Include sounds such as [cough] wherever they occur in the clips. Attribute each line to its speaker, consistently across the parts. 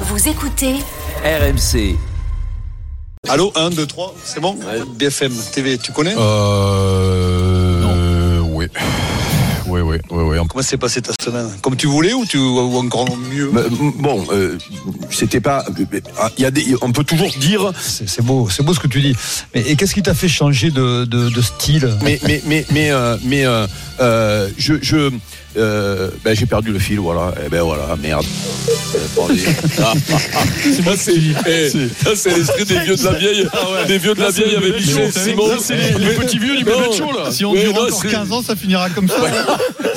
Speaker 1: Vous écoutez
Speaker 2: RMC.
Speaker 3: Allô, 1, 2, 3, c'est bon BFM TV, tu connais
Speaker 4: Euh. Oui. Oui, oui, oui, oui.
Speaker 3: Comment s'est passée ta semaine Comme tu voulais ou, tu, ou encore mieux
Speaker 4: Bah, m- Bon, euh, c'était pas. ah, il Y a des, on peut toujours dire.
Speaker 5: C'est c'est beau, c'est beau ce que tu dis. Mais et qu'est-ce qui t'a fait changer de, de- de style
Speaker 4: Mais, mais, mais, mais, euh, mais euh, euh, je. je euh, ben, j'ai perdu le fil, voilà. Eh ben voilà, merde. Euh,
Speaker 6: [laughs]
Speaker 4: attendez. Ah, ah, ah.
Speaker 7: Ça, c'est eh, ça, c'est l'esprit des vieux de la vieille.
Speaker 5: Ah
Speaker 7: Des vieux de la vieille avec Michel, Simon. Mais- Non.
Speaker 5: Si on
Speaker 7: Oui,
Speaker 5: dure
Speaker 7: non,
Speaker 5: encore
Speaker 7: c'est-
Speaker 5: 15 ans, ça finira comme ça.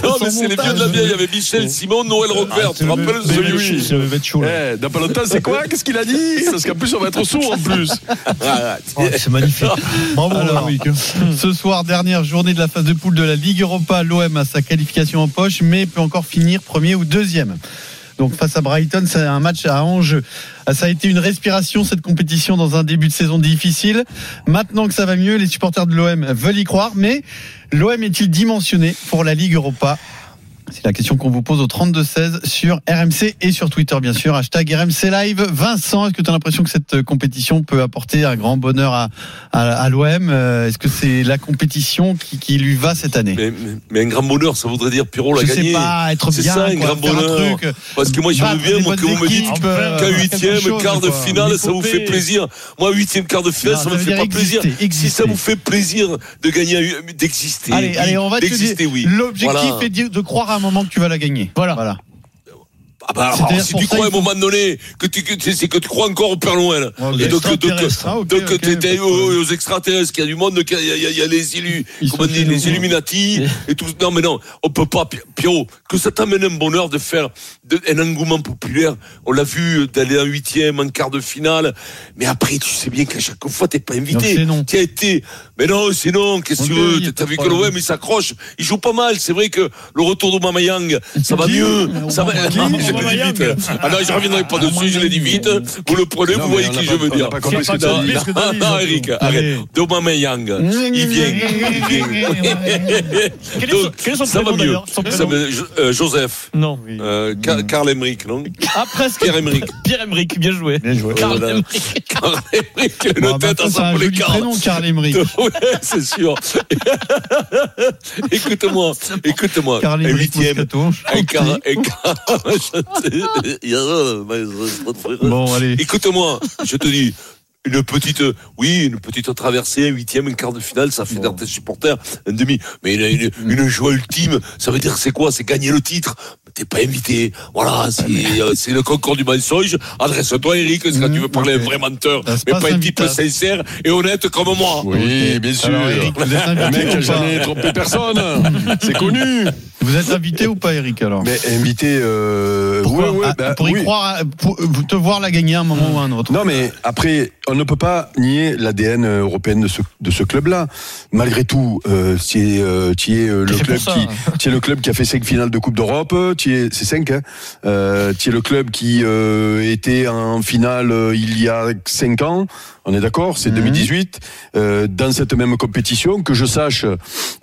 Speaker 7: Non,
Speaker 5: Sans
Speaker 7: mais c'est les
Speaker 5: montage.
Speaker 7: vieux de la vieille avec Michel, Simon, Noël Roquefort. Tu te rappelles
Speaker 5: Ah, Mais
Speaker 7: celui
Speaker 5: oui, oui, ça va être chaud, là.
Speaker 6: Eh, dans pas longtemps, c'est quoi Qu'est-ce qu'il a dit Parce qu'en plus, on va être sourd en
Speaker 4: [laughs]
Speaker 6: plus.
Speaker 5: Oh, c'est magnifique. Bravo, Loïc.
Speaker 7: hein.
Speaker 5: [laughs] Ce soir, dernière journée de la phase de poule de la Ligue Europa, l'OM a sa qualification en poche, mais peut encore finir premier ou deuxième. Donc face à Brighton, c'est un match à enjeu. Ah, Ça a été une respiration cette compétition dans un début de saison difficile. Maintenant que ça va mieux, les supporters de l'OM veulent y croire, mais l'OM est-il dimensionné pour la Ligue Europa c'est la question qu'on vous pose au 32-16 sur RMC et sur Twitter, bien sûr. Hashtag RMC Live. Vincent, est-ce que tu as l'impression que cette euh, compétition peut apporter un grand bonheur à, à, à l'OM Euh, Est-ce que c'est la compétition qui, qui lui va cette année
Speaker 7: Mais, mais- mais un grand bonheur, ça voudrait dire Pierrot l'a
Speaker 5: Je sais
Speaker 7: gagné.
Speaker 5: pas, être
Speaker 7: C'est
Speaker 5: bien,
Speaker 7: ça, un
Speaker 5: quoi,
Speaker 7: grand
Speaker 5: faire un
Speaker 7: bonheur.
Speaker 5: truc. euh,
Speaker 7: Parce que moi, je veux
Speaker 5: Battre
Speaker 7: bien
Speaker 5: des
Speaker 7: moi, que
Speaker 5: bonnes
Speaker 7: vous me dites
Speaker 5: équipes, euh,
Speaker 7: qu'un
Speaker 5: quelque
Speaker 7: huitième,
Speaker 5: chose,
Speaker 7: quart de
Speaker 5: quoi.
Speaker 7: finale, ça vous fait plaisir. Moi, huitième, quart de finale,
Speaker 5: Non,
Speaker 7: ça
Speaker 5: ça
Speaker 7: me
Speaker 5: veut
Speaker 7: fait
Speaker 5: dire
Speaker 7: pas plaisir.
Speaker 5: exister,
Speaker 7: Si ça
Speaker 5: exister.
Speaker 7: vous fait plaisir de gagner, à hu- d'exister.
Speaker 5: Allez,
Speaker 7: oui,
Speaker 5: allez, on va te dire.
Speaker 7: d'exister, oui.
Speaker 5: L'objectif
Speaker 7: Voilà.
Speaker 5: est de, de croire à un moment que tu vas la gagner. Voilà. voilà.
Speaker 7: Ah bah, alors,
Speaker 5: C'est-à-dire
Speaker 7: si
Speaker 5: pour
Speaker 7: tu
Speaker 5: ça,
Speaker 7: crois à
Speaker 5: il
Speaker 7: un
Speaker 5: faut-
Speaker 7: moment donné que tu, que tu- c'est que tu crois encore au Père Noël.
Speaker 5: Ok,
Speaker 7: et donc,
Speaker 5: ça
Speaker 7: donc,
Speaker 5: intéresse. Ah, ok,
Speaker 7: donc,
Speaker 5: ok,
Speaker 7: t'es- t'es
Speaker 5: pas de
Speaker 7: aux,
Speaker 5: problème.
Speaker 7: aux extraterrestres, qu'il y a du monde, qu'il y a, il y a- il y a les élus,
Speaker 5: Ils
Speaker 7: comment on
Speaker 5: sont
Speaker 7: dit,
Speaker 5: chez
Speaker 7: les
Speaker 5: nous.
Speaker 7: Illuminati et tout. Non, mais non, on peut pas, Pi- Pierrot, que ça t'amène un bonheur de faire de- un engouement populaire. On l'a vu euh, d'aller en huitième, en quart de finale. Mais après, tu sais bien qu'à chaque fois, t'es pas
Speaker 5: Donc,
Speaker 7: invité.
Speaker 5: c'est non.
Speaker 7: Tu as été. Mais non, c'est non, qu'est-ce que tu
Speaker 5: Ok,
Speaker 7: veux
Speaker 5: y a
Speaker 7: T'as
Speaker 5: pas
Speaker 7: vu
Speaker 5: de
Speaker 7: que l'OM,
Speaker 5: problème.
Speaker 7: il s'accroche. Il joue pas mal. C'est vrai que le retour de Mamayang, ça va
Speaker 5: Qui
Speaker 7: mieux.
Speaker 5: Au
Speaker 7: Ça va.
Speaker 5: moins,
Speaker 7: [laughs] Je
Speaker 5: qui
Speaker 7: l'ai dit vite. Ah non, je reviendrai pas dessus, je l'ai dit vite. Vous le prenez,
Speaker 4: Non,
Speaker 7: vous
Speaker 4: mais
Speaker 7: voyez
Speaker 4: on
Speaker 7: qui
Speaker 4: n'a
Speaker 7: je
Speaker 4: pas-
Speaker 7: veux
Speaker 4: on
Speaker 7: dire.
Speaker 4: n'a pas compris ce que t'as
Speaker 7: Non,
Speaker 4: dit.
Speaker 7: non, non, Ah, Eric, arrête. Domameyang, il vient. Il vient. Donc,
Speaker 8: quel est son
Speaker 7: ça va mieux.
Speaker 8: prénom, d'ailleurs Son
Speaker 7: Ça
Speaker 8: prénom
Speaker 7: me- je- euh, Joseph.
Speaker 8: Non.
Speaker 7: Euh, Ka- Karl Emmerich, non
Speaker 8: Ah, presque.
Speaker 7: Pierre Emmerich.
Speaker 8: Pierre Emmerich, bien joué.
Speaker 5: Bien joué.
Speaker 8: Karl
Speaker 7: Voilà.
Speaker 8: Emmerich.
Speaker 7: Karl Emmerich,
Speaker 5: Bon,
Speaker 7: le
Speaker 5: bah,
Speaker 7: tête
Speaker 5: ça, c'est un
Speaker 7: ensemble les
Speaker 5: joli
Speaker 7: Karl.
Speaker 5: prénom, Karl Emmerich.
Speaker 7: [laughs] Ouais, c'est sûr. [laughs] écoute-moi, écoute-moi.
Speaker 5: Karl
Speaker 7: Un
Speaker 5: Emmerich
Speaker 7: huitième,
Speaker 5: Moscato.
Speaker 7: un quart, un quart. [laughs] Il y a un- un-
Speaker 5: [laughs]
Speaker 7: un-
Speaker 5: Bon, allez.
Speaker 7: Écoute-moi, je te dis. Une petite, euh, oui, une petite traversée, un huitième, un quart de finale, ça fait dans tes supporters un demi. Mais une, une- une joie ultime, ça veut dire c'est quoi C'est gagner le titre. Mais T'es pas invité. Voilà, c'est euh, c'est le concours du mensonge. Adresse-toi, Eric, parce que
Speaker 5: Mmh,
Speaker 7: tu veux parler
Speaker 5: ok.
Speaker 7: un vrai menteur,
Speaker 5: Ça se
Speaker 7: mais
Speaker 5: passe
Speaker 7: pas
Speaker 5: un
Speaker 7: un type
Speaker 5: vitasse.
Speaker 7: sincère et honnête comme moi.
Speaker 6: Oui, bien sûr.
Speaker 5: Alors, Eric, vous êtes
Speaker 6: Le mec
Speaker 5: invité
Speaker 6: n'a
Speaker 5: ou pas
Speaker 6: jamais trompé personne. C'est connu.
Speaker 5: Vous êtes invité ou pas, Eric, alors
Speaker 4: Mais invité. euh,
Speaker 5: Pourquoi
Speaker 4: ouais, ouais,
Speaker 5: Ah,
Speaker 4: bah,
Speaker 5: Pour y
Speaker 4: oui.
Speaker 5: croire, à- pour pour te voir la gagner à un moment ou à un autre.
Speaker 4: Non, mais après, on ne peut pas nier l'ADN euh, européenne de ce, de ce club-là. Malgré tout, euh, tu es, euh, tu es, euh, le
Speaker 8: C'est
Speaker 4: club
Speaker 8: pour ça.
Speaker 4: qui, tu es le club qui a fait cinq finales de Coupe d'Europe. euh, Tu es, c'est cinq. Hein. Euh, tu es le club qui euh, était en finale euh, il y a cinq ans. On est d'accord,
Speaker 5: Mhm.
Speaker 4: c'est 2018. Euh, dans cette même compétition, que je sache,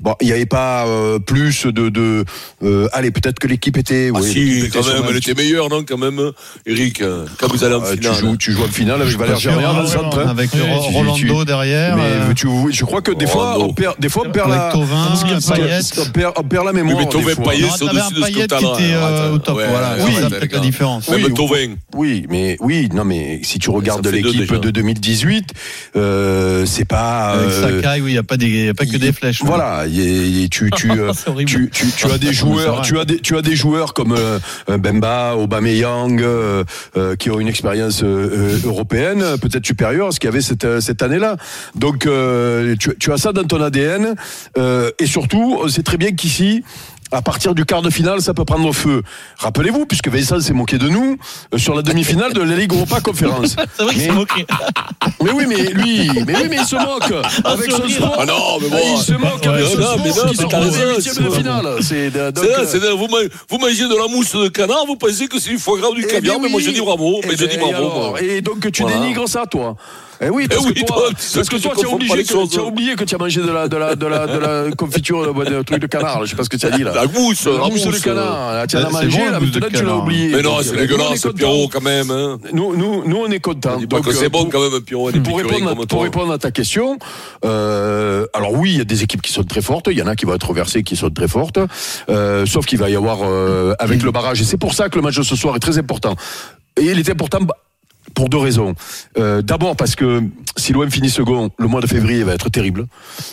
Speaker 4: bon, il n'y avait pas euh, plus de, de euh, allez, peut-être que l'équipe était.
Speaker 7: Ah
Speaker 4: oui, l'équipe
Speaker 7: si, quand
Speaker 4: sur
Speaker 7: même,
Speaker 4: un-
Speaker 7: elle était meilleure, non, quand même, Eric, euh, quand vous allez en
Speaker 4: Euh, hein. tu
Speaker 7: finale.
Speaker 4: joues, tu joues en finale avec Valère
Speaker 5: Sûr,
Speaker 4: Germain dans le
Speaker 5: hein,
Speaker 4: centre. hein.
Speaker 5: Avec le
Speaker 4: Oui,
Speaker 5: Ro-
Speaker 4: tu-
Speaker 5: Ronaldo
Speaker 4: tu-
Speaker 5: derrière.
Speaker 4: Mais
Speaker 5: euh,
Speaker 4: tu, je crois que des fois,
Speaker 7: Ronaldo.
Speaker 4: on perd, des fois, on perd la,
Speaker 5: Avec Tovin, Payet.
Speaker 4: on perd, on perd la
Speaker 7: Mais
Speaker 4: mémoire. des
Speaker 7: Beethoven,
Speaker 4: fois.
Speaker 7: Payet,
Speaker 5: Non,
Speaker 7: c'est
Speaker 5: t'avais
Speaker 7: au-dessus de
Speaker 5: un
Speaker 7: ce que
Speaker 5: Payet
Speaker 7: t'as
Speaker 5: qui
Speaker 7: là.
Speaker 5: était euh,
Speaker 7: Attends,
Speaker 5: au top.
Speaker 7: hein, ouais,
Speaker 5: Voilà,
Speaker 7: ouais,
Speaker 5: ça,
Speaker 7: ouais,
Speaker 5: c'est peut-être
Speaker 7: d'accord.
Speaker 5: la différence.
Speaker 7: Même
Speaker 4: Oui,
Speaker 7: Beethoven.
Speaker 4: Oui, mais oui, non, mais si tu regardes
Speaker 7: Ça fait deux
Speaker 4: l'équipe
Speaker 7: déjà.
Speaker 4: de 2018, euh, c'est pas.
Speaker 5: Avec
Speaker 4: euh,
Speaker 5: Sakai, où il n'y a pas des, il y a pas que des flèches.
Speaker 4: Voilà, y est- y est- tu,
Speaker 8: [laughs]
Speaker 4: tu, euh,
Speaker 8: hein. C'est horrible.
Speaker 4: tu, tu, tu as des joueurs, tu as des, tu as des joueurs comme euh, euh, Bemba, Aubameyang, euh, euh, qui ont une expérience euh, euh, européenne euh, peut-être supérieure à ce qu'il y avait cette, euh, cette année-là. Donc euh, tu, tu as ça dans ton ADN euh, et surtout on sait très bien qu'ici. À partir du quart de finale, ça peut prendre feu. Rappelez-vous, puisque Vincent s'est moqué de nous euh, sur la demi-finale de la Ligue Europa Conférence.
Speaker 8: [laughs] C'est vrai qu'il s'est
Speaker 4: Mais-
Speaker 8: moqué.
Speaker 4: mais oui, mais lui, mais oui, mais il se moque avec son
Speaker 8: sourire.
Speaker 4: sport.
Speaker 7: Ah non, mais bon.
Speaker 4: Il se moque
Speaker 7: Ouais,
Speaker 4: avec
Speaker 7: non,
Speaker 4: ce
Speaker 7: non, mais non,
Speaker 4: sport,
Speaker 7: mais
Speaker 4: ils sont
Speaker 7: t'as
Speaker 4: en
Speaker 7: raison,
Speaker 4: huitième de
Speaker 7: c'est-
Speaker 4: finale. C'est de- donc,
Speaker 7: C'est
Speaker 4: euh,
Speaker 7: là, c'est là, vous, mangez, vous mangez de la mousse de canard, vous pensez que c'est du foie gras ou du
Speaker 4: eh
Speaker 7: caviar,
Speaker 4: ben
Speaker 7: mais moi
Speaker 4: oui.
Speaker 7: je dis bravo,
Speaker 4: Eh
Speaker 7: mais je
Speaker 4: ben,
Speaker 7: dis bravo.
Speaker 4: alors,
Speaker 7: moi.
Speaker 4: Et donc tu
Speaker 7: Voilà.
Speaker 4: dénigres ça, toi. Eh oui,
Speaker 7: Eh
Speaker 4: parce
Speaker 7: oui,
Speaker 4: que
Speaker 7: toi,
Speaker 4: toi, parce que
Speaker 7: tu
Speaker 4: toi, tu as
Speaker 7: confonds
Speaker 4: obligé
Speaker 7: pas les
Speaker 4: que-
Speaker 7: choses.
Speaker 4: tu as oublié que tu as mangé de la, de la, de
Speaker 7: [laughs]
Speaker 4: la, de la confiture, euh, de, truc de canard, là, je sais pas ce que tu as dit là.
Speaker 7: La gousse,
Speaker 4: Le
Speaker 7: la Eh,
Speaker 4: mousse
Speaker 7: mousse,
Speaker 4: de canard, là, tu en as
Speaker 5: c'est
Speaker 4: mangé,
Speaker 5: bon, la
Speaker 4: là,
Speaker 5: mousse de
Speaker 4: maintenant tu l'as
Speaker 5: canard.
Speaker 4: oublié.
Speaker 7: Mais non,
Speaker 4: Donc,
Speaker 7: c'est
Speaker 4: euh, nous, on est
Speaker 7: dégueulasse,
Speaker 4: contents.
Speaker 7: Pierrot, quand même. hein.
Speaker 4: Nous, nous, nous, on est contents.
Speaker 7: Dis pas
Speaker 4: Donc,
Speaker 7: que
Speaker 4: euh,
Speaker 7: c'est bon,
Speaker 4: pour-
Speaker 7: quand même, un Pierrot, des
Speaker 4: pour
Speaker 7: piqûres,
Speaker 4: répondre,
Speaker 7: comme
Speaker 4: à, pour
Speaker 7: toi.
Speaker 4: répondre à ta question, euh, alors oui, il y a des équipes qui sont très fortes, il y en a qui vont être reversées, qui sont très fortes, euh, sauf qu'il va y avoir euh, avec le barrage, et c'est pour ça que le match de ce soir est très important. Et il est important bah, pour deux raisons. Euh, D'abord parce que si l'OM finit second, le mois de février va être terrible,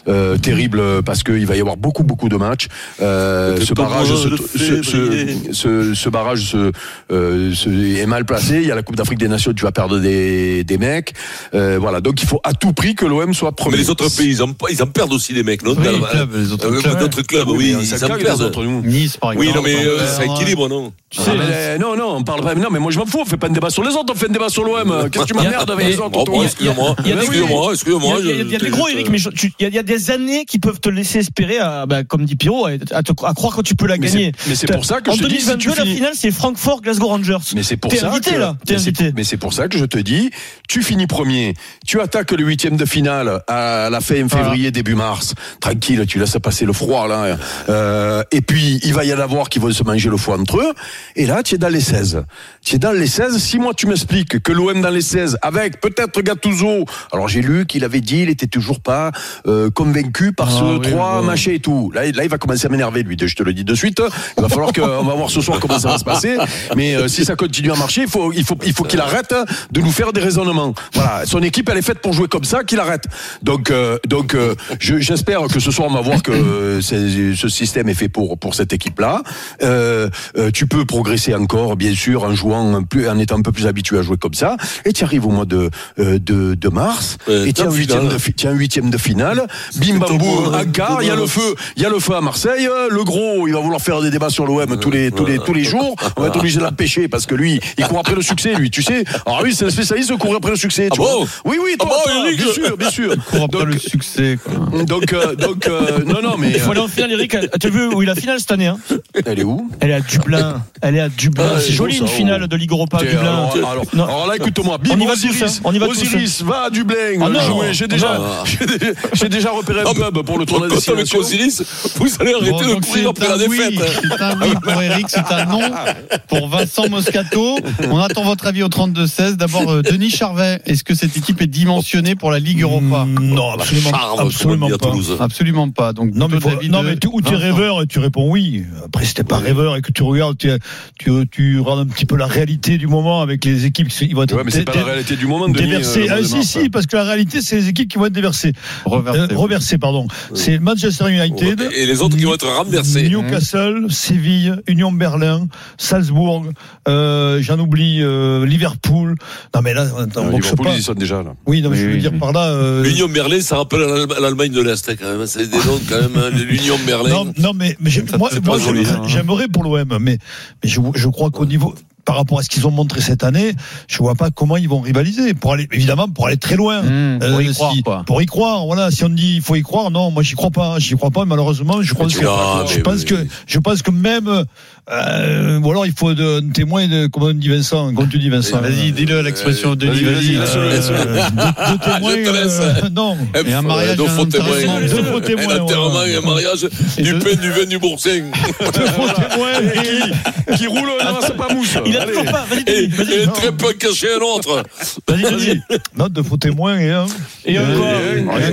Speaker 4: Euh, terrible parce qu'il va y avoir beaucoup beaucoup de matchs. Euh,
Speaker 7: Le
Speaker 4: ce
Speaker 7: temps
Speaker 4: barrage,
Speaker 7: de
Speaker 4: se- se-
Speaker 7: février.
Speaker 4: se- ce, ce barrage se, euh, se- est mal placé. Il y a la Coupe d'Afrique des Nations, tu vas perdre des, des mecs. Euh, voilà, donc il faut à tout prix que l'OM soit premier.
Speaker 7: Mais les autres pays, ils en, ils en perdent aussi, les mecs. Notre
Speaker 5: Oui, les clubs, les autres clubs.
Speaker 7: bah, euh, D'autres clubs,
Speaker 4: Oui,
Speaker 7: oui,
Speaker 4: mais ça
Speaker 7: ils en
Speaker 4: cague, les
Speaker 7: perdent.
Speaker 4: autres, nous.
Speaker 5: Nice, par exemple.
Speaker 7: Oui, non, mais euh,
Speaker 5: Anvers,
Speaker 7: ça équilibre, non
Speaker 5: Tu sais,
Speaker 4: Ah, mais, euh, non, non, on parle pas. Non, mais moi je m'en fous. On fait pas un débat sur les autres. On fait un débat sur l'OM. Qu'est-ce que tu m'emmerdes avec les
Speaker 1: Et-
Speaker 4: autres
Speaker 7: Bon,
Speaker 4: toi
Speaker 7: bon, excuse-moi,
Speaker 1: il y a- il y a-
Speaker 7: excuse-moi,
Speaker 1: Il y a-
Speaker 7: excuse-moi.
Speaker 1: il y a, il y a des gros, Eric, mais je- tu- il y, a- il y a des années qui peuvent te laisser espérer, à, bah, comme dit Pierrot, à, à te- à croire que tu peux la
Speaker 4: Mais
Speaker 1: gagner.
Speaker 4: c'est- mais c'est pour ça que
Speaker 1: en
Speaker 4: je te dis, si
Speaker 1: 2022,
Speaker 4: tu
Speaker 1: la
Speaker 4: finis-
Speaker 1: finale, c'est Francfort-Glasgow Rangers.
Speaker 4: [laughs] Mais c'est pour
Speaker 1: T'es
Speaker 4: ça
Speaker 1: invité,
Speaker 4: que-
Speaker 1: là. T'es
Speaker 4: mais c'est-
Speaker 1: invité.
Speaker 4: Mais c'est pour ça que je te dis, tu finis premier, tu attaques le huitième de finale à la
Speaker 1: Ah.
Speaker 4: fin février début mars, tranquille, tu laisses passer le froid là. Euh, et puis il va y en avoir qui vont se manger le foie entre eux. Et là, tu es dans les 16. Tu es dans les 16. Si moi tu m'expliques que l'OM dans les 16 avec peut-être Gattuso. Alors j'ai lu qu'il avait dit, il était toujours pas euh, convaincu par ce
Speaker 5: Ah oui,
Speaker 4: 3
Speaker 5: oui.
Speaker 4: machin et tout. Là, là, il va commencer à m'énerver lui. Je te le dis de suite. Il va falloir qu'on va voir ce soir comment ça va se passer. Mais euh, si ça continue à marcher, il faut il faut il faut qu'il arrête hein, de nous faire des raisonnements. Voilà, son équipe elle est faite pour jouer comme ça, qu'il arrête. Donc euh, donc euh, je- j'espère que ce soir on va voir que euh, c'est- ce système est fait pour pour cette équipe là. tu peux progresser encore bien sûr en jouant un plus en étant un peu plus habitué à jouer comme ça et tu arrives au mois de euh, de, de mars
Speaker 7: Ouais,
Speaker 4: et tu es en
Speaker 7: top
Speaker 4: huitième
Speaker 7: finale.
Speaker 4: de fi- tu es en huitième de finale. Bim
Speaker 7: C'est hein,
Speaker 4: bam
Speaker 7: au
Speaker 4: boum,
Speaker 7: bout,
Speaker 4: à gare, il y a le feu, il y a le feu à Marseille. euh, Le gros, il va vouloir faire des débats sur l'OM tous les tous les tous les jours. On va être obligé de l'empêcher parce que lui, il court après le succès, lui. Tu sais, alors lui, c'est le spécialiste de courir après le succès. Tu
Speaker 7: Ah
Speaker 4: vois
Speaker 7: bon
Speaker 4: oui, oui,
Speaker 7: Ah
Speaker 4: toi,
Speaker 7: bon,
Speaker 4: toi,
Speaker 7: Eric
Speaker 4: bien sûr, bien sûr.
Speaker 5: Pour après le
Speaker 4: Donc,
Speaker 5: succès,
Speaker 7: [laughs]
Speaker 5: quoi.
Speaker 4: donc, euh, donc, euh, non, non, mais
Speaker 1: Il faut
Speaker 4: euh,
Speaker 1: aller en finale, Eric. Tu as vu où est la finale cette année hein
Speaker 4: elle est où
Speaker 1: Elle est à Dublin. Elle est à Dublin.
Speaker 4: Ah,
Speaker 1: c'est
Speaker 4: c'est
Speaker 1: joli
Speaker 4: beau,
Speaker 1: une
Speaker 4: ça,
Speaker 1: finale
Speaker 4: oh.
Speaker 1: de Ligue Europa à
Speaker 4: Tiens,
Speaker 1: Dublin.
Speaker 4: alors, alors-
Speaker 1: Non.
Speaker 4: alors là, écoute-moi, bim,
Speaker 1: On y va
Speaker 4: Osiris,
Speaker 1: tous, hein. On y va tous,
Speaker 4: Osiris, va à Dublin.
Speaker 1: Ah non. Ah.
Speaker 4: jouer. j'ai déjà, j'ai dé- j'ai déjà repéré un
Speaker 7: Non, Ah, mais-
Speaker 4: pub pour le tournoi
Speaker 7: Quand on est
Speaker 4: destination.
Speaker 7: Osiris, vous allez
Speaker 5: Bon,
Speaker 7: arrêter de
Speaker 5: donc
Speaker 7: courir
Speaker 5: c'est
Speaker 7: après
Speaker 5: un
Speaker 7: la
Speaker 5: oui,
Speaker 7: défaite. hein.
Speaker 5: C'est un oui pour Eric, c'est un non pour Vincent Moscato. On attend votre avis au 32-16. D'abord, euh, Denis Charvet, est-ce que cette équipe est dimensionnée pour la Ligue Europa
Speaker 2: Non,
Speaker 7: charme, comme
Speaker 2: absolument,
Speaker 7: Hmm, on dit
Speaker 2: absolument
Speaker 7: à
Speaker 2: pas.
Speaker 7: Toulouse.
Speaker 5: Absolument pas. Donc,
Speaker 2: Non mais,
Speaker 5: plutôt
Speaker 2: faut-
Speaker 5: l'avis
Speaker 2: non
Speaker 5: de
Speaker 1: euh,
Speaker 2: mais tu, ou tu es
Speaker 5: Vincent.
Speaker 2: rêveur et tu réponds oui. Après si t'es pas rêveur et que tu regardes, tu, tu, tu regardes un petit peu la réalité du moment avec les équipes qui ils vont être
Speaker 4: Ouais, mais c'est
Speaker 2: dé-
Speaker 4: pas la
Speaker 2: dé-
Speaker 4: réalité euh, du moment de
Speaker 2: déversées. Ah, si si, parce que la réalité c'est les équipes qui vont être déversées, Euh,
Speaker 5: Reversé.
Speaker 2: reversées pardon. C'est Manchester United,
Speaker 7: Et les autres qui vont être renversés.
Speaker 5: Mmh.
Speaker 2: Newcastle, Séville, Union Berlin, Salzbourg, euh, j'en oublie euh, Liverpool. Non mais là on- on
Speaker 4: Non,
Speaker 2: boxe
Speaker 4: Liverpool,
Speaker 2: pas.
Speaker 4: ils y sont déjà là.
Speaker 2: Oui non mais je veux
Speaker 5: Oui,
Speaker 2: dire
Speaker 5: oui.
Speaker 2: par là. euh,
Speaker 7: L'Union Berlin, ça rappelle l'Allem- l'Allemagne de l'Est, hein, quand même. C'est des noms, quand même. hein, L'Union Berlin.
Speaker 2: Non, non, mais, mais j'aime-
Speaker 5: Ça te
Speaker 2: moi,
Speaker 5: fait
Speaker 2: moi,
Speaker 7: pas joli,
Speaker 2: j'aimerais-
Speaker 5: hein.
Speaker 2: j'aimerais pour l'OM, mais, mais je, je crois qu'au niveau, par rapport à ce qu'ils ont montré cette année, je vois pas comment ils vont rivaliser. Pour aller, évidemment, pour aller très loin. Euh,
Speaker 5: Mmh, pour y
Speaker 2: si-
Speaker 5: croire, quoi.
Speaker 2: pour y croire, voilà. Si on dit il faut y crois, non, moi j'y crois pas, hein. j'y crois pas. Malheureusement, je pense
Speaker 7: tu
Speaker 2: que,
Speaker 7: vois,
Speaker 2: je
Speaker 7: Ah, mais
Speaker 2: pense
Speaker 7: oui.
Speaker 2: que, je pense que même, euh, ou alors il faut de, un témoin de, comment on dit Vincent, comment tu dis Vincent. Euh,
Speaker 5: Vas-y, dis-le l'expression de Denis,
Speaker 4: vas-y, vas-y,
Speaker 5: vas-y.
Speaker 4: laisse-le,
Speaker 5: Euh,
Speaker 7: laisse-le.
Speaker 2: Deux témoins,
Speaker 7: Je te laisse.
Speaker 2: euh, non.
Speaker 7: Eh,
Speaker 5: Et un mariage,
Speaker 7: deux
Speaker 5: un
Speaker 7: faux témoins.
Speaker 5: intéressant,
Speaker 2: deux faux témoins,
Speaker 7: Un enterrement et un mariage.
Speaker 2: Et
Speaker 7: Du
Speaker 2: deux-
Speaker 7: pain, du vin, du
Speaker 2: [laughs]
Speaker 7: boursin.
Speaker 4: qui, qui roule, non, c'est pas mousse.
Speaker 1: Ah, Il a
Speaker 4: Allez.
Speaker 1: toujours pas. Vas-y, Denis,
Speaker 7: Et
Speaker 1: vas-y.
Speaker 7: et très peu caché à l'autre.
Speaker 2: Vas-y, vas-y. Non, de faux témoins et un. Euh,
Speaker 1: Et
Speaker 7: Euh,
Speaker 1: encore.
Speaker 4: Et-
Speaker 5: Ouais.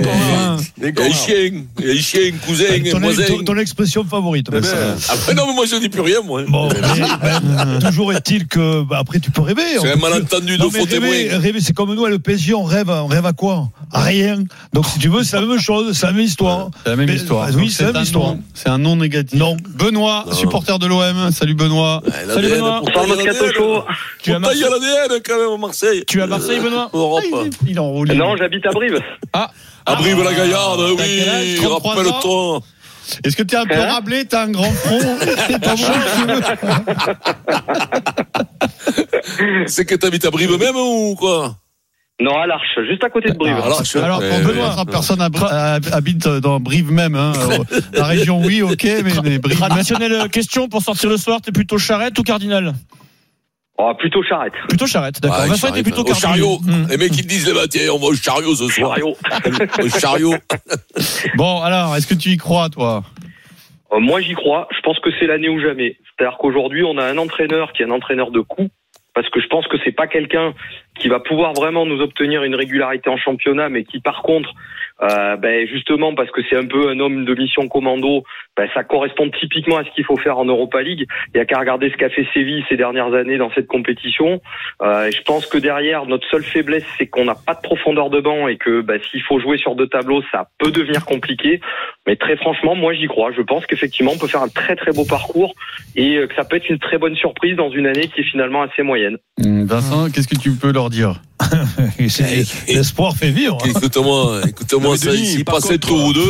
Speaker 4: et-
Speaker 5: Ouais.
Speaker 4: et-
Speaker 7: Et chien, et chien, cousin,
Speaker 2: Ton,
Speaker 7: voisin.
Speaker 2: ton- ton expression favorite.
Speaker 4: Eh ben,
Speaker 2: Vincent.
Speaker 7: Ah, mais non, mais moi, je dis plus rien, moi.
Speaker 2: Bon, mais- toujours est-il que bah, après tu peux rêver.
Speaker 7: Eh ben.
Speaker 2: On
Speaker 7: C'est un
Speaker 2: peut-
Speaker 7: malentendu de
Speaker 2: Non, mais
Speaker 7: faux
Speaker 2: rêver,
Speaker 7: témoins.
Speaker 2: rêver, c'est comme nous à le PSG, on rêve, on rêve à quoi À rien. Donc si tu veux, c'est la même chose, c'est la même histoire.
Speaker 1: Euh,
Speaker 5: ah, C'est la même
Speaker 2: Mais-
Speaker 5: histoire.
Speaker 2: Oui,
Speaker 5: Donc,
Speaker 2: c'est la
Speaker 5: un
Speaker 2: même histoire.
Speaker 5: non. C'est un non négatif.
Speaker 2: Non.
Speaker 5: Benoît, supporter de l'OM. Salut Benoît.
Speaker 7: Ah,
Speaker 1: Salut, Benoît.
Speaker 8: Bonsoir Moscato Show.
Speaker 1: Tu es à
Speaker 7: Il y
Speaker 1: Marseille,
Speaker 7: a l'ADN quand même à Marseille.
Speaker 1: tu es à Marseille Benoît
Speaker 7: Europe.
Speaker 5: Il est
Speaker 7: Euh,
Speaker 5: enroulé.
Speaker 8: Non, j'habite à Brive.
Speaker 7: À Brive-la-Gaillarde,
Speaker 5: T'as quel âge
Speaker 7: oui.
Speaker 5: 33
Speaker 7: Rappelle-toi.
Speaker 5: Est-ce que t'es un peu
Speaker 8: Hein
Speaker 5: rablé T'as un grand front T'es pas
Speaker 7: [laughs]
Speaker 5: bon
Speaker 7: C'est que t'habites à Brive même ou quoi
Speaker 8: Non, à l'Arche, juste à côté de Brive.
Speaker 7: Alors, je-
Speaker 5: Alors,
Speaker 7: Eh,
Speaker 5: quand Benoît,
Speaker 7: oui.
Speaker 5: sa personne hab- hab- habite dans Brive même,
Speaker 7: [laughs]
Speaker 5: hein, euh, la région, oui, ok, mais, mais Brive même.
Speaker 1: euh, Traditionnelle question pour sortir le soir, t'es plutôt charrette ou cardinal
Speaker 8: Oh, plutôt charrette.
Speaker 1: Plutôt charrette, d'accord.
Speaker 7: Ouais,
Speaker 1: Vincent était
Speaker 7: charrette,
Speaker 1: plutôt
Speaker 7: au chariot.
Speaker 1: Carballon. Mmh.
Speaker 7: Les mecs qui te disent, eh ben, tiens, on va au chariot ce soir.
Speaker 8: Chariot.
Speaker 7: au
Speaker 4: [laughs]
Speaker 7: chariot.
Speaker 5: Bon, alors, est-ce que tu y crois, toi
Speaker 8: Euh, moi, j'y crois. Je pense que c'est l'année ou jamais. C'est-à-dire qu'aujourd'hui, on a un entraîneur qui est un entraîneur de coup. Parce que je pense que c'est pas quelqu'un qui va pouvoir vraiment nous obtenir une régularité en championnat, mais qui par contre, euh, ben justement parce que c'est un peu un homme de mission commando, ben ça correspond typiquement à ce qu'il faut faire en Europa League. Il y a qu'à regarder ce qu'a fait Séville ces dernières années dans cette compétition. Euh, et je pense que derrière, notre seule faiblesse, c'est qu'on n'a pas de profondeur de banc et que ben, s'il faut jouer sur deux tableaux, ça peut devenir compliqué. Mais très franchement, moi j'y crois. Je pense qu'effectivement, on peut faire un très très beau parcours et euh, que ça peut être une très bonne surprise dans une année qui est finalement assez moyenne.
Speaker 5: Hum, Vincent, qu'est-ce que tu peux leur
Speaker 7: [laughs]
Speaker 5: dire
Speaker 2: Et c'est-
Speaker 7: Et-
Speaker 2: L'espoir fait vivre. hein.
Speaker 7: Écoute-moi, écoute-moi, ça, s'il passe 7 tours ou 2,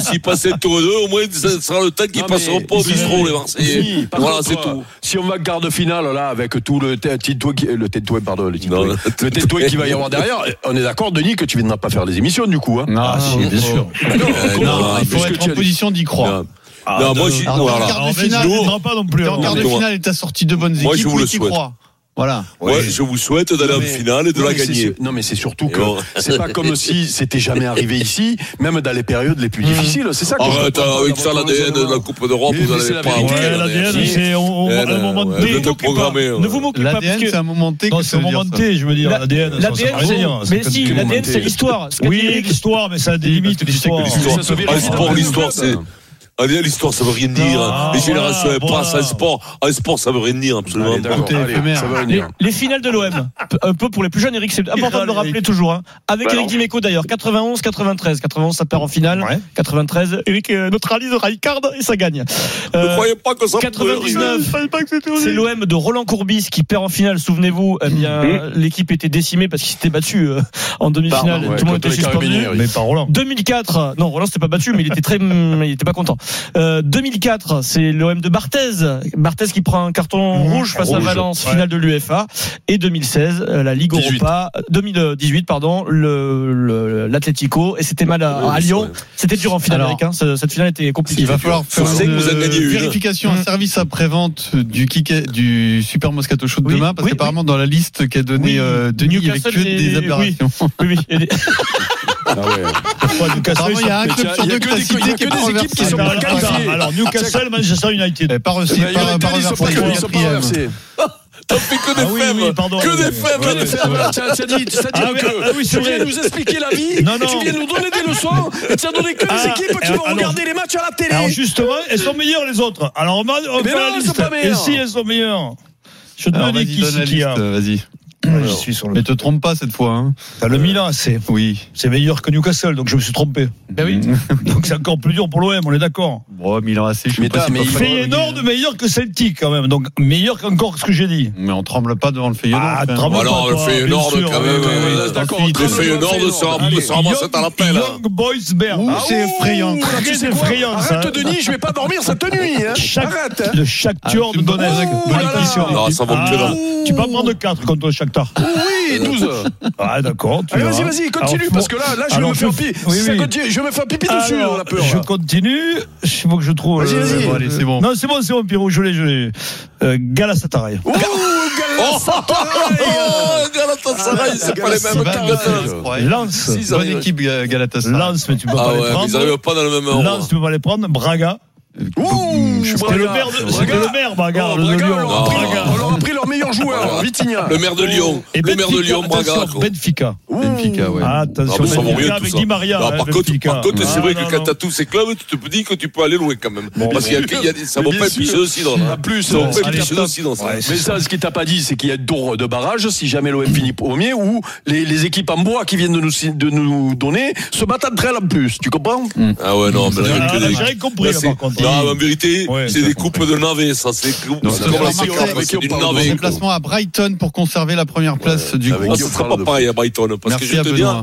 Speaker 7: s'il passe 7 tours ou 2, au moins, ce sera le temps qu'ils
Speaker 4: Non,
Speaker 7: passeront
Speaker 4: mais-
Speaker 7: pas au bistrot, les
Speaker 4: Si,
Speaker 7: Marseillais.
Speaker 4: par
Speaker 7: Voilà,
Speaker 4: contre,
Speaker 7: c'est
Speaker 4: euh,
Speaker 7: tout.
Speaker 4: Si on va garde finale, là, avec tout le tétoué, euh, le tétoué, pardon, le
Speaker 7: Non,
Speaker 4: tétoué,
Speaker 7: le
Speaker 4: le tétoué qui va y avoir derrière, euh, on est d'accord, Denis, que tu ne viendras pas faire les émissions, du
Speaker 7: [laughs]
Speaker 4: coup, hein.
Speaker 5: Non, Ah, bien sûr.
Speaker 4: Eh
Speaker 7: Euh, non,
Speaker 5: il faut
Speaker 7: puisque
Speaker 5: être
Speaker 7: tu
Speaker 5: en
Speaker 7: as-
Speaker 5: position d'y croire.
Speaker 7: Non, [laughs] non, moi,
Speaker 4: Ah,
Speaker 7: j'y-
Speaker 5: Alors,
Speaker 7: voilà.
Speaker 5: t'es en quart
Speaker 2: En
Speaker 5: de
Speaker 2: fait,
Speaker 5: finale,
Speaker 2: je
Speaker 5: t'es
Speaker 2: ne
Speaker 5: en-
Speaker 2: rentre pas non plus.
Speaker 5: t'es en
Speaker 2: hein.
Speaker 5: quart de
Speaker 7: mais-
Speaker 5: finale et t'as sorti deux bonnes équipes.
Speaker 7: Moi, je vous
Speaker 5: oui,
Speaker 7: le
Speaker 5: t'y
Speaker 7: souhaite.
Speaker 5: crois. Voilà.
Speaker 7: Ouais,
Speaker 4: Oui.
Speaker 7: je vous souhaite d'aller en
Speaker 4: Mais-
Speaker 7: finale et de
Speaker 4: Non,
Speaker 7: la
Speaker 4: mais c'est
Speaker 7: gagner.
Speaker 4: sur- Non, mais c'est surtout que
Speaker 7: Et on-
Speaker 4: c'est pas comme si
Speaker 7: [laughs]
Speaker 4: c'était jamais arrivé ici, même dans les périodes les plus difficiles. C'est ça que je
Speaker 7: Mm. Arrête,
Speaker 4: comprends pas
Speaker 7: avec ça,
Speaker 4: dans votre
Speaker 7: l'ADN de la
Speaker 4: raisonnement.
Speaker 7: Coupe d'Europe,
Speaker 4: Mais-
Speaker 7: vous
Speaker 4: mais c'est
Speaker 7: n'allez
Speaker 4: la
Speaker 7: pas
Speaker 4: vérité,
Speaker 7: avoir
Speaker 2: Ouais,
Speaker 7: la
Speaker 2: l'ADN,
Speaker 7: DRC.
Speaker 2: c'est on- on-
Speaker 7: Eh,
Speaker 2: à un
Speaker 7: non,
Speaker 2: moment
Speaker 7: ouais,
Speaker 2: donné.
Speaker 7: vous êtes
Speaker 2: Ne
Speaker 1: t'occupez pas.
Speaker 7: programmé, ouais.
Speaker 1: Ne vous moquez pas, parce
Speaker 5: L'ADN,
Speaker 1: que
Speaker 5: c'est un moment T.
Speaker 2: Non,
Speaker 5: que
Speaker 2: c'est
Speaker 5: ça
Speaker 2: au
Speaker 5: veut
Speaker 2: moment
Speaker 5: dire,
Speaker 2: de
Speaker 5: ça.
Speaker 2: T, je veux dire.
Speaker 1: hein. La-
Speaker 2: L'ADN, ça, ça
Speaker 1: l'ADN,
Speaker 2: veut rien dire,
Speaker 1: c'est- mais
Speaker 2: ça
Speaker 1: si,
Speaker 2: peut-
Speaker 1: l'ADN, c'est l'histoire. Ce qu'a dit
Speaker 2: Oui,
Speaker 1: Eric,
Speaker 2: l'histoire, mais ça a des
Speaker 5: Oui,
Speaker 2: limites,
Speaker 5: parce que
Speaker 2: l'histoire.
Speaker 7: tu sais que l'histoire,
Speaker 2: Ça se vérifie
Speaker 7: En
Speaker 2: dans
Speaker 7: sport,
Speaker 2: le
Speaker 7: l'histoire,
Speaker 2: club.
Speaker 7: c'est. En l'histoire, ça veut rien dire.
Speaker 2: Ah,
Speaker 7: Les générations, elles
Speaker 2: voilà,
Speaker 7: passent en sport. En sport, ça veut rien dire, absolument
Speaker 4: Allez,
Speaker 7: pas.
Speaker 4: d'accord,
Speaker 5: Tout est
Speaker 4: allez,
Speaker 5: éphémère.
Speaker 4: ça va
Speaker 1: les,
Speaker 4: venir.
Speaker 1: les finales de l'OM, un peu pour les plus jeunes, Eric, c'est important de le rappeler toujours. hein. Avec
Speaker 8: Bah
Speaker 1: Eric
Speaker 8: non.
Speaker 1: Dimeco d'ailleurs, 91, 93. 91, ça perd en finale.
Speaker 2: Ouais.
Speaker 1: 93, Eric euh, neutralise Raikard et ça gagne.
Speaker 7: Ne
Speaker 1: Euh,
Speaker 7: croyez pas que ça peut arriver.
Speaker 1: 99, c'est l'OM de Roland Courbis qui perd en finale. Souvenez-vous, eh bien, l'équipe était décimée parce qu'il s'était battu euh, en demi-finale.
Speaker 4: Pardon, ouais,
Speaker 1: Tout le monde
Speaker 4: contre
Speaker 1: était
Speaker 4: les
Speaker 1: suspendu.
Speaker 5: Eh
Speaker 4: Carabinieri.
Speaker 2: Mais par Roland.
Speaker 1: 2004, euh, non Roland s'était pas battu, mais il était très, [laughs] hum, il était pas content. Euh, 2004, c'est l'OM de Barthez, Barthez qui prend un carton
Speaker 2: Mmh,
Speaker 1: rouge face à
Speaker 2: rouge,
Speaker 1: Valence,
Speaker 2: ouais.
Speaker 1: finale de l'UFA. Et 2016, euh, la Ligue
Speaker 4: 18.
Speaker 1: Europa, 2018 pardon, le- le- l'Atlético. Et c'était mal à, à
Speaker 7: Ouais,
Speaker 1: Lyon.
Speaker 7: ouais.
Speaker 1: C'était dur en finale.
Speaker 5: Alors,
Speaker 1: Eric, hein. Ce- cette finale était compliquée.
Speaker 5: Il va falloir
Speaker 7: Je
Speaker 5: faire
Speaker 7: sais que
Speaker 5: une euh,
Speaker 7: vous en gagnez une.
Speaker 5: vérification, un service après-vente du, kick- du Super Moscato Show de
Speaker 1: Oui,
Speaker 5: demain, parce
Speaker 1: oui,
Speaker 5: qu'apparemment, dans la liste qu'a donnée
Speaker 1: Oui,
Speaker 5: euh, Denis, il n'y avait que
Speaker 1: Newcastle et-
Speaker 5: des aberrations.
Speaker 1: Oui, oui. Et les-
Speaker 4: Ah ouais.
Speaker 5: Apparemment, il y a un club sur
Speaker 4: il y a
Speaker 5: deux
Speaker 4: que
Speaker 5: que t'as
Speaker 4: des- il y
Speaker 5: cité
Speaker 4: a
Speaker 5: qui est
Speaker 4: que
Speaker 5: pas
Speaker 4: des équipes qui sont
Speaker 5: reversé.
Speaker 4: pas
Speaker 2: Alors,
Speaker 4: qualifiées.
Speaker 2: attends, Alors, Newcastle, Manchester United.
Speaker 5: Eh, Pas reçu,
Speaker 4: Mais
Speaker 5: pas
Speaker 4: United, ils sont pas- ils sont pas
Speaker 5: reversé.
Speaker 4: reversés.
Speaker 7: T'as fait que
Speaker 2: Ah
Speaker 7: des
Speaker 2: oui, oui,
Speaker 7: faibles.
Speaker 2: pardon.
Speaker 7: Que des
Speaker 2: Oui, oui.
Speaker 7: faibles. que des
Speaker 4: Tu as dit,
Speaker 2: Ah oui, ah oui, c'est
Speaker 4: tu viens
Speaker 2: vrai.
Speaker 4: nous expliquer la vie,
Speaker 2: Non, non.
Speaker 4: tu viens nous donner des leçons, et tu as donné que les
Speaker 2: Ah,
Speaker 4: équipes qui
Speaker 2: euh,
Speaker 4: vont
Speaker 2: alors-
Speaker 4: regarder les matchs à la télé.
Speaker 2: Alors justement, elles sont meilleures les autres. Alors on va on
Speaker 4: Mais
Speaker 2: fait
Speaker 4: non,
Speaker 2: la
Speaker 4: elles
Speaker 2: liste.
Speaker 4: sont pas
Speaker 2: Et
Speaker 4: meilleures.
Speaker 2: si elles sont meilleures Je te
Speaker 5: Alors,
Speaker 2: donne
Speaker 5: Ah, vas-y,
Speaker 2: qui
Speaker 5: donne la
Speaker 2: c'est qui
Speaker 5: liste,
Speaker 2: a.
Speaker 5: vas-y.
Speaker 2: Je suis sur
Speaker 5: Mais te trompe pas cette fois. hein.
Speaker 2: T'as le Milan, c'est
Speaker 5: Oui.
Speaker 2: c'est meilleur que Newcastle, donc je me suis trompé.
Speaker 1: Ben oui.
Speaker 2: [laughs] Donc c'est encore plus dur pour l'OM, on est d'accord.
Speaker 5: Bon, Milan AC, je
Speaker 4: Mais
Speaker 5: suis pas
Speaker 4: t'as-
Speaker 5: si
Speaker 4: mais
Speaker 5: pas
Speaker 4: il
Speaker 5: fan.
Speaker 2: Feyenoord meilleur que Celtic quand même, donc meilleur qu'encore que ce que j'ai dit.
Speaker 5: Mais on tremble pas devant le Feyenoord.
Speaker 2: Ah,
Speaker 5: quand même.
Speaker 2: tremble-
Speaker 7: Alors,
Speaker 2: pas,
Speaker 7: elle
Speaker 2: toi,
Speaker 7: fait
Speaker 2: bien
Speaker 7: énorme
Speaker 2: sûr,
Speaker 7: quand
Speaker 2: oui,
Speaker 7: même.
Speaker 2: oui, oui,
Speaker 7: euh,
Speaker 4: d'accord,
Speaker 7: Le
Speaker 4: entre
Speaker 7: fait
Speaker 4: le
Speaker 7: énorme,
Speaker 4: Feyenoord. Allez,
Speaker 7: ça ramasse à la pelle. hein.
Speaker 2: Young Boys Bern.
Speaker 5: Ouh,
Speaker 2: Ah,
Speaker 5: c'est
Speaker 2: ouh,
Speaker 5: effrayant.
Speaker 2: très
Speaker 4: Tu sais quoi
Speaker 2: effrayant, ça.
Speaker 4: Arrête Denis, je vais pas dormir cette nuit. hein.
Speaker 2: Chaque-
Speaker 4: Arrête. hein.
Speaker 2: Le Shakhtar
Speaker 5: Ah,
Speaker 2: de
Speaker 5: tu me
Speaker 2: Donetsk.
Speaker 5: poses-
Speaker 2: Bonne
Speaker 4: Ouh là là.
Speaker 2: question.
Speaker 7: Non, ça va me
Speaker 2: Ah,
Speaker 7: tuer,
Speaker 2: tu peux en prendre 4 contre le Shakhtar.
Speaker 4: Oui, 12.
Speaker 2: Ah d'accord, tu
Speaker 4: Allez,
Speaker 2: verras.
Speaker 4: vas-y, vas-y, continue,
Speaker 2: Alors,
Speaker 4: parce que là, là je
Speaker 2: alors,
Speaker 4: me fais un pipi.
Speaker 2: oui,
Speaker 4: Si ça
Speaker 2: oui.
Speaker 4: continue, je me fais un pipi dessus,
Speaker 2: Alors,
Speaker 4: on a peur.
Speaker 2: Je continue. Il faut que je trouve.
Speaker 4: Vas-y,
Speaker 2: euh,
Speaker 4: vas-y.
Speaker 2: bon,
Speaker 5: Allez, c'est bon.
Speaker 2: Non, c'est bon, c'est bon, Pierrot. Je l'ai, je l'ai. Euh, Galatasaray.
Speaker 4: Oh, Galatasaray.
Speaker 7: Oh, Galatasaray, c'est pas les mêmes
Speaker 5: Sylvain,
Speaker 7: caractères.
Speaker 5: je crois.
Speaker 2: Lance.
Speaker 7: Ils
Speaker 5: Bonne
Speaker 7: arrivent-
Speaker 5: équipe euh, Galatasaray.
Speaker 2: Lance, mais tu peux
Speaker 7: Ah
Speaker 2: pas
Speaker 7: ouais,
Speaker 2: les
Speaker 7: mais ils
Speaker 2: prendre.
Speaker 7: arrivent pas dans le même ordre.
Speaker 2: Lance, tu peux pas les prendre. Braga.
Speaker 4: Ouh, je suis
Speaker 2: C'était le maire, de- c'était le maire, Braga.
Speaker 4: Oh,
Speaker 2: le
Speaker 4: Braga,
Speaker 2: Lyon.
Speaker 4: on leur a pris-
Speaker 2: Braga.
Speaker 4: on leur a pris leur meilleur joueur, Vitinha.
Speaker 7: Le maire de Lyon.
Speaker 2: Et
Speaker 7: Le maire de
Speaker 2: Benfica,
Speaker 7: Lyon, Braga.
Speaker 2: attention,
Speaker 7: quoi.
Speaker 2: Benfica.
Speaker 5: Benfica, ouais.
Speaker 2: Ah,
Speaker 7: Ah,
Speaker 2: attention,
Speaker 7: mais ça vaut rien
Speaker 2: Benfica
Speaker 7: tout
Speaker 2: avec
Speaker 7: ça.
Speaker 2: Di Maria.
Speaker 7: Non,
Speaker 2: hein,
Speaker 7: par, contre,
Speaker 2: Benfica.
Speaker 7: par contre, c'est
Speaker 2: Ah,
Speaker 7: vrai
Speaker 2: non,
Speaker 7: que quand
Speaker 2: non.
Speaker 7: t'as tous ces clubs, tu te dis que tu peux aller loin quand même. Parce qu'il y a, il y a des- ça vaut
Speaker 4: Bien
Speaker 7: pas
Speaker 4: sûr.
Speaker 7: épuiser aussi dans
Speaker 4: En plus,
Speaker 7: Ça
Speaker 2: euh,
Speaker 7: vaut
Speaker 4: bon,
Speaker 7: pas
Speaker 4: allez,
Speaker 7: épuiser
Speaker 4: top.
Speaker 7: aussi dans ça.
Speaker 4: Ouais, Mais Eh, ça, ce qu'il t'a pas dit, c'est qu'il y a tour de barrage si jamais l'OM finit premier ou les, les équipes en bois qui viennent de nous, si- de nous donner se battent entre elles en plus. Tu comprends
Speaker 7: Ah ouais, non, mais là, il
Speaker 2: Ah,
Speaker 7: y a que
Speaker 2: là,
Speaker 7: des-
Speaker 2: J'ai rien compris,
Speaker 7: là,
Speaker 2: là,
Speaker 7: c'est- Ah,
Speaker 2: par contre.
Speaker 7: Non, mais en vérité,
Speaker 2: Ouais,
Speaker 7: c'est
Speaker 2: ça,
Speaker 7: des coupes de navets, ça. C'est des coupes-
Speaker 4: Non,
Speaker 7: c'est
Speaker 4: ça,
Speaker 7: comme la
Speaker 5: c'est
Speaker 7: Sécurité,
Speaker 5: Marseille.
Speaker 7: c'est du
Speaker 4: Pardon,
Speaker 7: navet. quoi.
Speaker 5: Déplacement à Brighton pour conserver la première place du
Speaker 4: avec
Speaker 5: groupe.
Speaker 7: Ah,
Speaker 4: qui
Speaker 7: ce
Speaker 4: on
Speaker 7: sera
Speaker 4: parle
Speaker 7: pas
Speaker 4: de-
Speaker 7: pareil à Brighton. Parce que je
Speaker 5: Merci
Speaker 7: vais
Speaker 5: à
Speaker 7: te
Speaker 5: Benoît.
Speaker 7: dire,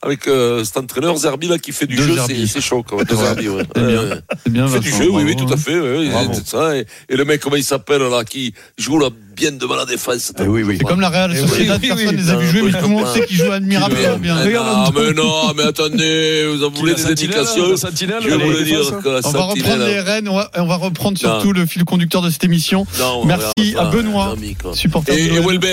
Speaker 7: avec euh, cet entraîneur Zerbi là qui fait du
Speaker 5: Deux
Speaker 7: jeu,
Speaker 5: Zerbi.
Speaker 7: c'est- c'est chaud quand même. Deux
Speaker 5: Ouais.
Speaker 7: Zerbi, ouais.
Speaker 5: C'est bien.
Speaker 7: Ouais, ouais.
Speaker 5: C'est bien,
Speaker 7: Il fait du
Speaker 5: Vincent,
Speaker 7: jeu, oui, oui,
Speaker 5: bravo,
Speaker 7: tout à
Speaker 5: hein.
Speaker 7: fait. ouais, il-
Speaker 5: Bravo.
Speaker 7: c'est ça, et, et le mec, comment il s'appelle là, qui joue là, bien devant la défense.
Speaker 4: Eh oui, oui.
Speaker 5: C'est comme la Real
Speaker 7: Eh oui,
Speaker 5: Sociedad,
Speaker 1: oui,
Speaker 5: personne
Speaker 1: oui.
Speaker 5: ne les a vu jouer, mais tout le monde
Speaker 7: Ouais.
Speaker 5: sait qu'ils jouent admirablement
Speaker 7: Mais-
Speaker 5: bien.
Speaker 7: mais non, mais non, mais attendez, vous en voulez des indications Je voulais dire que la
Speaker 5: On va reprendre les
Speaker 7: sentinelle.
Speaker 5: rênes, on va, on va reprendre surtout
Speaker 7: Non.
Speaker 5: le fil conducteur de cette émission,
Speaker 7: Non,
Speaker 5: Merci
Speaker 7: regarde
Speaker 5: à
Speaker 7: ça,
Speaker 5: Benoît.
Speaker 7: Zerbi, quoi.
Speaker 5: supporter
Speaker 7: Et,
Speaker 5: de
Speaker 7: et
Speaker 5: l'OM.
Speaker 7: Welbeck,